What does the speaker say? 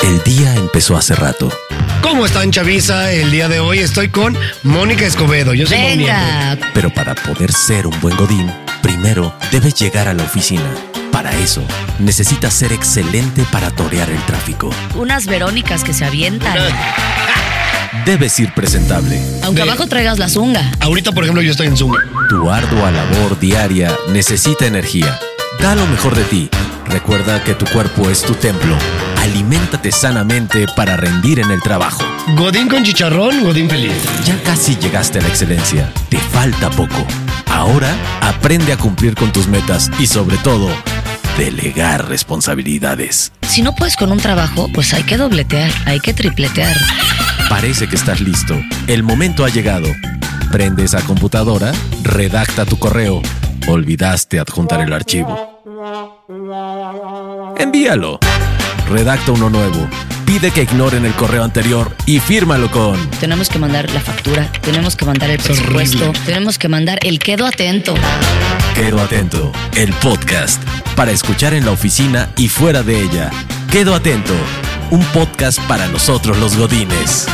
El día empezó hace rato. ¿Cómo están, Chavisa? El día de hoy estoy con Mónica Escobedo. Yo soy Moni Venga. Pero para poder ser un buen godín, primero debes llegar a la oficina. Para eso, necesitas ser excelente para torear el tráfico. Unas Verónicas que se avientan. Debes ir presentable. Aunque Ve- abajo traigas la zunga. Ahorita, por ejemplo, yo estoy en Zoom. Tu ardua labor diaria necesita energía. Da lo mejor de ti. Recuerda que tu cuerpo es tu templo. Aliméntate sanamente para rendir en el trabajo. Godín con chicharrón, Godín feliz. Ya casi llegaste a la excelencia. Te falta poco. Ahora aprende a cumplir con tus metas y sobre todo, delegar responsabilidades. Si no puedes con un trabajo, pues hay que dobletear, hay que tripletear. Parece que estás listo. El momento ha llegado. Prende esa computadora, redacta tu correo. Olvidaste adjuntar el archivo. Envíalo. Redacta uno nuevo. Pide que ignoren el correo anterior y fírmalo con Tenemos que mandar la factura, tenemos que mandar el horrible. presupuesto, tenemos que mandar el quedo atento. Quedo Atento, el podcast para escuchar en la oficina y fuera de ella. Quedo Atento, un podcast para nosotros los godines.